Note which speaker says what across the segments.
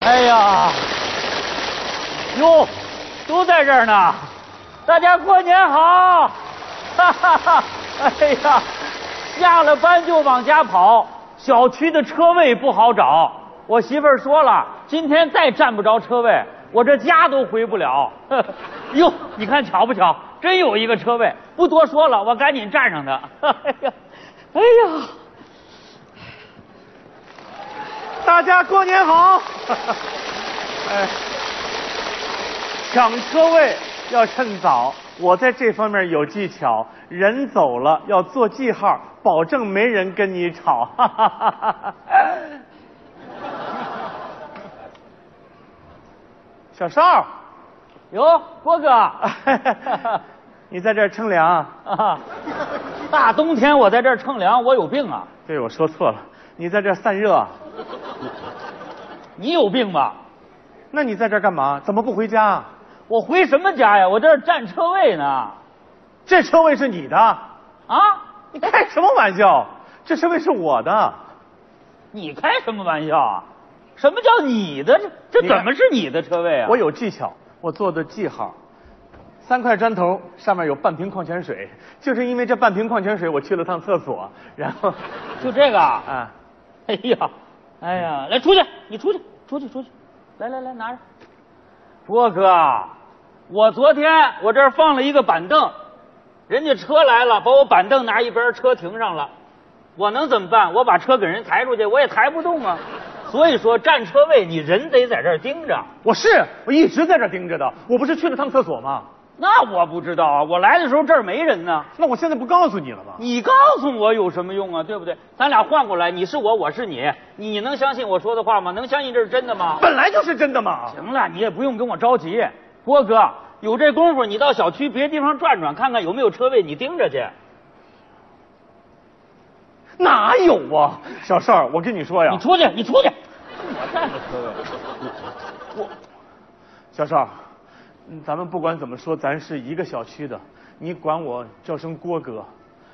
Speaker 1: 哎哟，都在这儿呢，大家过年好！哈哈哈！哎呀，下了班就往家跑，小区的车位不好找。我媳妇儿说了，今天再占不着车位，我这家都回不了。 呵呵哟，你看巧不巧？真有一个车位，不多说了，我赶紧占上它。 哎呀，哎呀！
Speaker 2: 大家过年好！哎，抢车位要趁早，我在这方面有技巧。人走了要做记号，保证没人跟你吵。 哈哈哈哈小邵，
Speaker 1: 哟，郭哥，
Speaker 2: 你在这儿乘凉啊？
Speaker 1: 啊， 大冬天我在这儿乘凉，我有病啊！
Speaker 2: 对，我说错了，你在这儿散热啊？
Speaker 1: 你有病吧？
Speaker 2: 那你在这儿干嘛？怎么不回家啊？
Speaker 1: 我回什么家呀？我这儿占车位呢。
Speaker 2: 这车位是你的，
Speaker 1: 啊，
Speaker 2: 你开什么玩笑？这车位是我的。
Speaker 1: 你开什么玩笑啊？什么叫你的？这这
Speaker 2: 你看
Speaker 1: 怎么是你的车位啊？
Speaker 2: 我有技巧，我做的记号。三块砖头上面有半瓶矿泉水，就是因为这半瓶矿泉水，我去了趟厕所，然后，
Speaker 1: 就这个啊。
Speaker 2: 啊，
Speaker 1: 哎呀，哎呀，来出去，你出去，出去，出去，来来来，拿着。郭哥，啊我昨天我这儿放了一个板凳，人家车来了，把我板凳拿一边，车停上了，我能怎么办？我把车给人抬出去，我也抬不动啊。所以说占车位，你人得在这儿盯着。
Speaker 2: 我是我一直在这儿盯着的，我不是去了趟厕所吗？
Speaker 1: 那我不知道啊，我来的时候这儿没人呢。
Speaker 2: 那我现在不告诉你了吗？
Speaker 1: 你告诉我有什么用啊？对不对？咱俩换过来，你是我，我是你，你能相信我说的话吗？能相信这是真的吗？
Speaker 2: 本来就是真的嘛。
Speaker 1: 行了，你也不用跟我着急，郭哥，有这功夫你到小区别地方转转，看看有没有车位，你盯着去。
Speaker 2: 哪有啊，小邵，我跟你说呀
Speaker 1: 你，出去，你出去，我占着车位。
Speaker 2: 小邵，嗯咱们不管怎么说，咱是一个小区的，你管我叫声郭哥，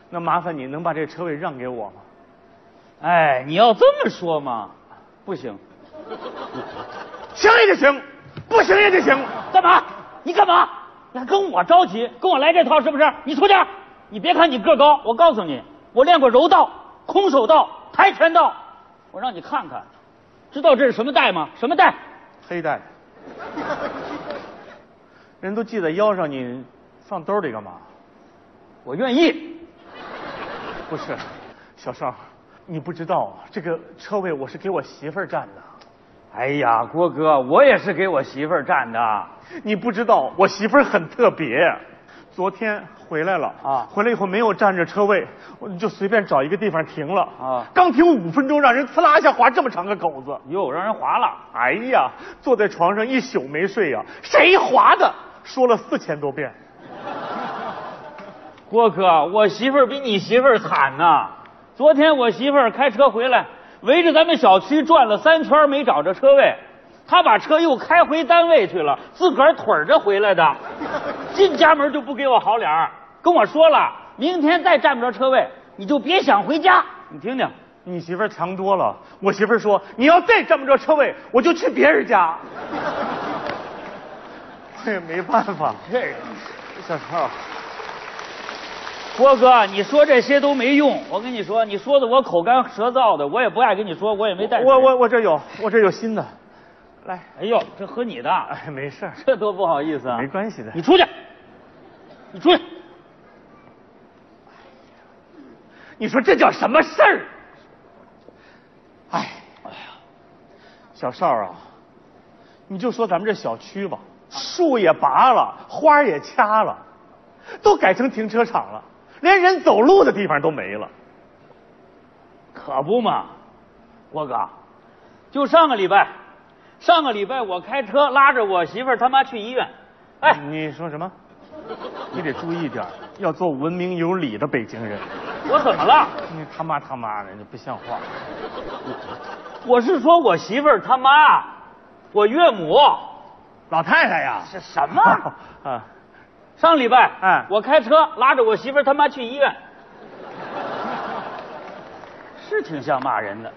Speaker 2: 那麻烦你能把这车位让给我吗？
Speaker 1: 哎，你要这么说嘛，不行，
Speaker 2: 行也就行，不行也就行。
Speaker 1: 干嘛？你干嘛？你还跟我着急，跟我来这套是不是？你出去！你别看你个高，我告诉你，我练过柔道、空手道、跆拳道，我让你看看，知道这是什么带吗？什么带？
Speaker 2: 黑带，人都系在腰上，你放兜里干嘛？
Speaker 1: 我愿意。
Speaker 2: 不是，小邵，你不知道这个车位我是给我媳妇儿占的，
Speaker 1: 哎呀，郭哥，我也是给我媳妇儿占的。
Speaker 2: 你不知道我媳妇儿很特别。昨天回来了
Speaker 1: 啊
Speaker 2: 回来以后没有占着车位，我就随便找一个地方停了
Speaker 1: 啊
Speaker 2: 刚停五分钟，让人呲啦一下划这么长个口子。
Speaker 1: 哟，让人划了。
Speaker 2: 哎呀，坐在床上一宿没睡呀、谁划的？说了四千多遍。
Speaker 1: 郭哥，我媳妇儿比你媳妇儿惨呐、昨天我媳妇儿开车回来，围着咱们小区转了三圈没找着车位，她把车又开回单位去了，自个儿腿着回来的，进家门就不给我好脸儿，跟我说了，明天再占不着车位，你就别想回家。你听听，
Speaker 2: 你媳妇儿强多了。我媳妇儿说，你要再占不着车位，我就去别人 家。我也哎没办法，
Speaker 1: 这人。
Speaker 2: 小超，
Speaker 1: 郭哥，你说这些都没用。我跟你说，你说的我口干舌燥的，我也不爱跟你说，我也没带水。
Speaker 2: 我我我这有，我这有新的。来，
Speaker 1: 哎呦，这喝你的，
Speaker 2: 哎，没事儿，
Speaker 1: 这多不好意思啊！
Speaker 2: 没关系的
Speaker 1: 你。出去，你出去，
Speaker 2: 你说这叫什么事儿？哎，小邵啊，你就说咱们这小区吧，树也拔了，花儿也掐了，都改成停车场了，连人走路的地方都没了。
Speaker 1: 可不嘛，郭哥，就上个礼拜，上个礼拜我开车拉着我媳妇儿他妈去医院，哎，
Speaker 2: 你说什么？你得注意点儿，要做文明有礼的北京人。
Speaker 1: 我怎么了？
Speaker 2: 你他妈他妈的，你不像话！
Speaker 1: 我是说我媳妇儿他妈，我岳母，
Speaker 2: 老太太呀，
Speaker 1: 这什么？
Speaker 2: 啊，
Speaker 1: 上礼拜，
Speaker 2: 哎
Speaker 1: 我开车拉着我媳妇儿他妈去医院，是挺像骂人的。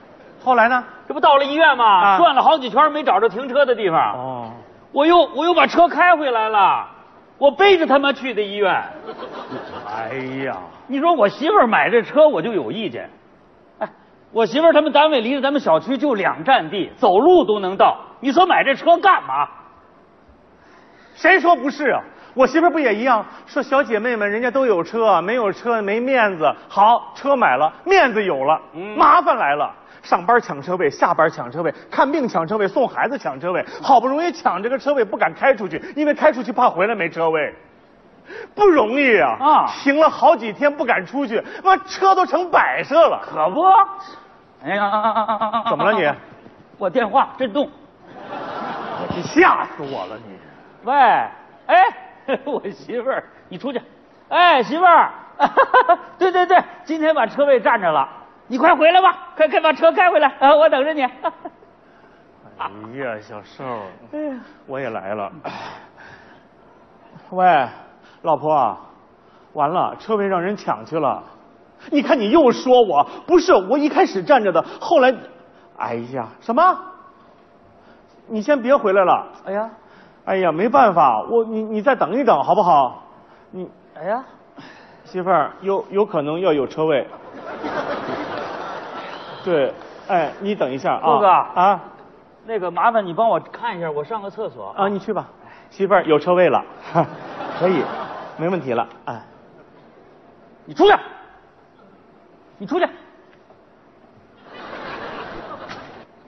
Speaker 2: 后来呢？
Speaker 1: 这不到了医院吗？
Speaker 2: 啊
Speaker 1: 转了好几圈没找着停车的地方。
Speaker 2: 哦，
Speaker 1: 我又我又把车开回来了，我背着他们去的医院。
Speaker 2: 哎呀，
Speaker 1: 你说我媳妇儿买这车，我就有意见。哎，我媳妇儿他们单位离着咱们小区就两站地，走路都能到。你说买这车干嘛？
Speaker 2: 谁说不是啊？我媳妇儿不也一样？说小姐妹们，人家都有车，没有车没面子。好，车买了，面子有了，
Speaker 1: 嗯
Speaker 2: 麻烦来了。上班抢车位，下班抢车位，看病抢车位，送孩子抢车位。好不容易抢这个车位，不敢开出去，因为开出去怕回来没车位，不容易啊！
Speaker 1: 啊
Speaker 2: 停了好几天不敢出去，妈车都成摆设了。
Speaker 1: 可不。哎呀，啊啊啊啊啊
Speaker 2: 怎么了你？
Speaker 1: 我电话震动。
Speaker 2: 你哎吓死我了你！
Speaker 1: 喂，哎， 我媳妇儿，你出去。哎，媳妇儿， 对对对，今天把车位占着了，你快回来吧，快快把车开回来，啊，我等着你。
Speaker 2: 哎呀，小瘦儿，
Speaker 1: 哎呀，
Speaker 2: 我也来了。喂，老婆，啊完了，车位让人抢去了。你看你又说我不是我一开始站着的，后来，哎呀，什么？你先别回来了。
Speaker 1: 哎呀，
Speaker 2: 哎呀，没办法，我你你再等一等好不好？你
Speaker 1: 哎呀，
Speaker 2: 媳妇儿有有可能要有车位。 对，哎，你等一下啊。
Speaker 1: 豆哥
Speaker 2: 啊
Speaker 1: 那个麻烦你帮我看一下，我上个厕所。
Speaker 2: 啊，你去吧，媳妇儿有车位了，可以，没问题了。哎。
Speaker 1: 你出去，你出去，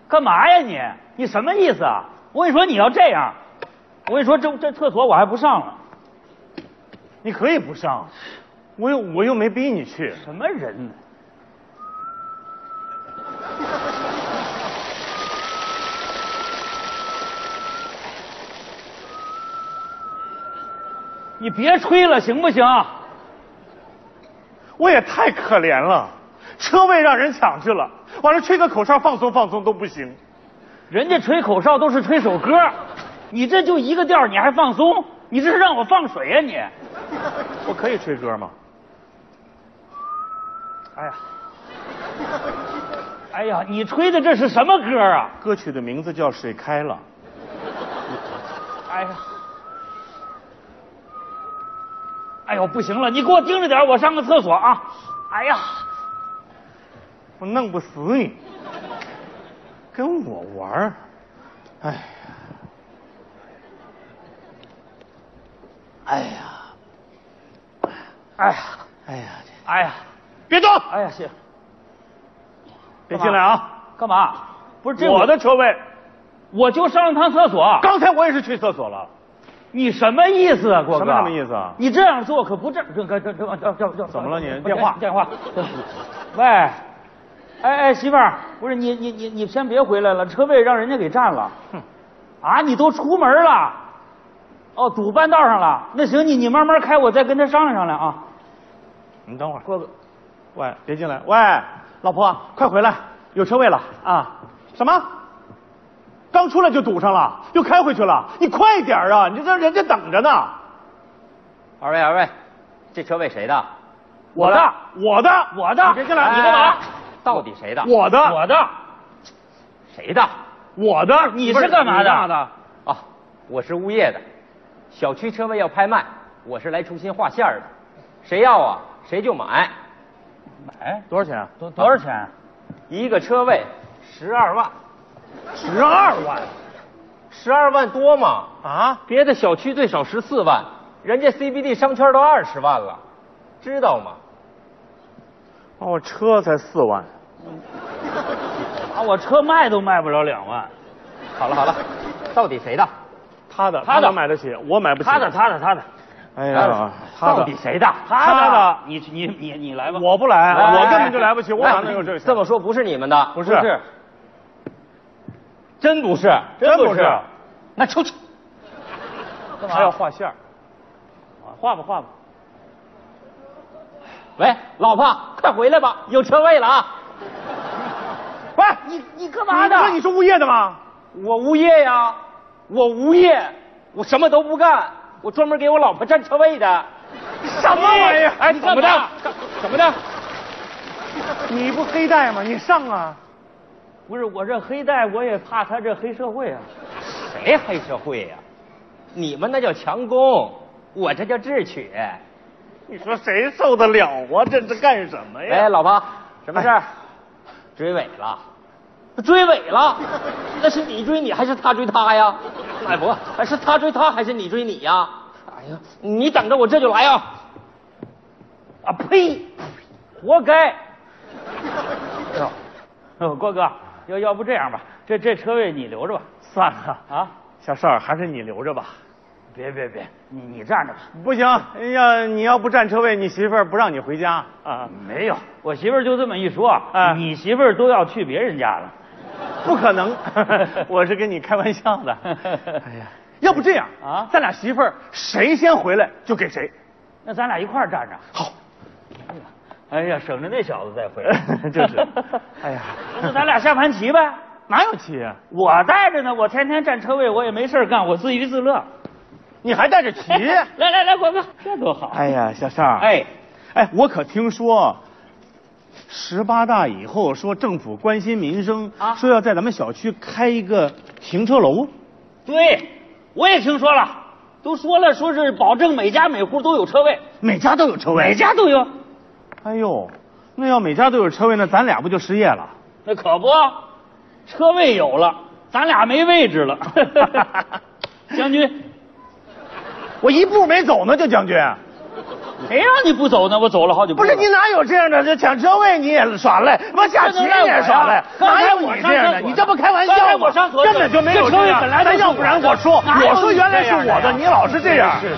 Speaker 1: 干嘛呀你？你什么意思啊？我跟你说，你要这样，我跟你说，这这厕所我还不上了。
Speaker 2: 你可以不上，我又我又没逼你去。
Speaker 1: 什么人呢？你别吹了，行不行？
Speaker 2: 我也太可怜了，车位让人抢去了，完了吹个口哨放松放松都不行。
Speaker 1: 人家吹口哨都是吹首歌，你这就一个调儿，你还放松？你这是让我放水呀、你？
Speaker 2: 我可以吹歌吗？
Speaker 1: 哎呀，哎呀，你吹的这是什么歌啊？
Speaker 2: 歌曲的名字叫《水开了
Speaker 1: 哎呀，哎呦，不行了，你给我盯着点儿，我上个厕所啊！哎呀，》，
Speaker 2: 我弄不死你，跟我玩儿。哎，哎呀，
Speaker 1: 哎呀，
Speaker 2: 哎呀，
Speaker 1: 哎呀，
Speaker 2: 别动，
Speaker 1: 哎呀，行，
Speaker 2: 别进来啊！
Speaker 1: 干嘛？不是这
Speaker 2: 我的，车位，
Speaker 1: 我就上了趟厕所。
Speaker 2: 刚才我也是去厕所了。
Speaker 1: 你什么意思啊，郭哥？
Speaker 2: 什么什么意思啊
Speaker 1: 你这样做可不正，这这这这这这这
Speaker 2: 怎么了你电话
Speaker 1: 电话。 喂，哎哎，媳妇儿，不是你你你你先别回来了，车位让人家给占了。
Speaker 2: 哼，
Speaker 1: 啊，你都出门了？哦，堵半道上了。那行，你你慢慢开，我再跟他商量商量啊。
Speaker 2: 你等会儿。
Speaker 1: 郭哥，
Speaker 2: 喂，别进来！喂，老婆，快回来，有车位了啊！什么？刚出来就堵上了，又开回去了，你快点儿啊！你这让人家等着呢。
Speaker 3: 二位，二位，这车位谁的？
Speaker 1: 我的，
Speaker 2: 我的，
Speaker 1: 我的
Speaker 2: 你别进来！
Speaker 1: 哎
Speaker 2: 你干嘛？
Speaker 3: 到底谁的？
Speaker 2: 啊我的，
Speaker 1: 我的，
Speaker 3: 谁的？
Speaker 2: 我的，
Speaker 1: 你是干嘛的？
Speaker 2: 不是你
Speaker 3: 啊，我是物业的，小区车位要拍卖，我是来重新划线儿的，谁要啊谁就买，
Speaker 1: 哎，
Speaker 2: 多少钱？啊
Speaker 1: 多多少钱？啊
Speaker 3: 一个车位十二万，
Speaker 2: 十二万
Speaker 3: 十二万多嘛？
Speaker 2: 啊！
Speaker 3: 别的小区最少十四万，人家 CBD 商圈都二十万了，知道吗？
Speaker 2: 哦，我车才四万，
Speaker 1: 啊，我车卖都卖不了两万。
Speaker 3: 好了好了，到底谁的？
Speaker 2: 他的，
Speaker 1: 他的
Speaker 2: 能买得起，我买不起。
Speaker 1: 他的，，他的，他的。
Speaker 2: 哎呀，他
Speaker 3: 到
Speaker 2: 的
Speaker 3: 底，谁的？
Speaker 1: 他
Speaker 2: 他
Speaker 1: 的
Speaker 2: 的，
Speaker 1: 你你你你来吧。
Speaker 2: 我不来，
Speaker 3: 哎
Speaker 2: 我根本就来不起，我哪能有这个钱？
Speaker 3: 这么说不是你们的，
Speaker 2: 不是
Speaker 3: 是，真不是，
Speaker 2: 真不是，
Speaker 3: 那出去。
Speaker 1: 干
Speaker 2: 还
Speaker 1: 嘛啊
Speaker 2: 要画线儿
Speaker 1: 画吧画吧。
Speaker 3: 喂，老婆，快回来吧，有车位了啊！
Speaker 2: 喂，
Speaker 1: 哎你你干
Speaker 2: 你不是你是物业的吗？
Speaker 3: 我无业呀，我无业，我什么都不干，我专门给我老婆占车位的。
Speaker 2: 什么玩意儿？
Speaker 3: 哎，
Speaker 1: 你
Speaker 3: 怎
Speaker 1: 干
Speaker 3: 么
Speaker 1: 嘛
Speaker 3: 的？怎么的？
Speaker 2: 你不黑带吗？你上啊！
Speaker 1: 不是我这黑带，我也怕他这黑社会啊。
Speaker 3: 谁黑社会呀、你们那叫强攻，我这叫智取。
Speaker 2: 你说谁受得了啊？这是干什么呀？
Speaker 3: 哎，老婆，什么事儿？追尾了，追尾了，那是你追你还是他追他呀？哎，不，是他追他还是你追你呀？哎呀，你等着我这就来啊！
Speaker 1: 啊呸！活 该！哟，哦郭哥，要要不这样吧，这这车位你留着吧。
Speaker 2: 算了
Speaker 1: 啊，
Speaker 2: 小邵儿还是你留着吧。
Speaker 1: 别别别，你你站着吧。
Speaker 2: 不行，要你要不占车位，你媳妇儿不让你回家啊！
Speaker 1: 没有，我媳妇儿就这么一说，
Speaker 2: 啊
Speaker 1: 你媳妇儿都要去别人家了。
Speaker 2: 不可能， 我是跟你开玩笑的。哎呀，要不这样
Speaker 1: 啊
Speaker 2: 咱俩媳妇儿谁先回来就给谁。
Speaker 1: 那咱俩一块儿站着。
Speaker 2: 好，
Speaker 1: 哎呀，省着那小子再回
Speaker 2: 就是哎呀
Speaker 1: 那咱俩下盘棋 呗。
Speaker 2: 哪有棋啊？
Speaker 1: 我带着呢，我天天占车位，我也没事儿干，我自娱自乐。
Speaker 2: 你还带着棋？
Speaker 1: 来来来，国哥，这多好！
Speaker 2: 哎呀，小邵儿，
Speaker 3: 哎，
Speaker 2: 哎，我可听说，十八大以后说政府关心民生，
Speaker 1: 啊
Speaker 2: 说要在咱们小区开一个停车楼。
Speaker 1: 对，我也听说了，都说了，说是保证每家每户都有车位，
Speaker 2: 每家都有车位，
Speaker 1: 每家都有。
Speaker 2: 哎呦，那要每家都有车位，那咱俩不就失业了？
Speaker 1: 那可不，车位有了，咱俩没位置 了。 将军，
Speaker 2: 我一步没走呢，就将军，
Speaker 1: 谁让你不走呢？我走了好几步
Speaker 2: 不
Speaker 1: 了。
Speaker 2: 是你哪有这样的？这抢车位你也耍赖，不下棋
Speaker 1: 这
Speaker 2: 你
Speaker 1: 能赖我呀
Speaker 2: 也耍赖，
Speaker 1: 刚
Speaker 2: 哪
Speaker 1: 才
Speaker 2: 有
Speaker 1: 我
Speaker 2: 你
Speaker 1: 上
Speaker 2: 这样的？
Speaker 1: 厕所
Speaker 2: 你这不开玩笑
Speaker 1: 刚才
Speaker 2: 吗？
Speaker 1: 我上厕所
Speaker 2: 根本就没有
Speaker 1: 这车位
Speaker 2: 样
Speaker 1: 本来就是
Speaker 2: 那要不然我说，
Speaker 1: 我的
Speaker 2: 我说原来是
Speaker 1: 哪有你这样的
Speaker 2: 我的，
Speaker 1: 呀
Speaker 2: 你老是这样。
Speaker 1: 是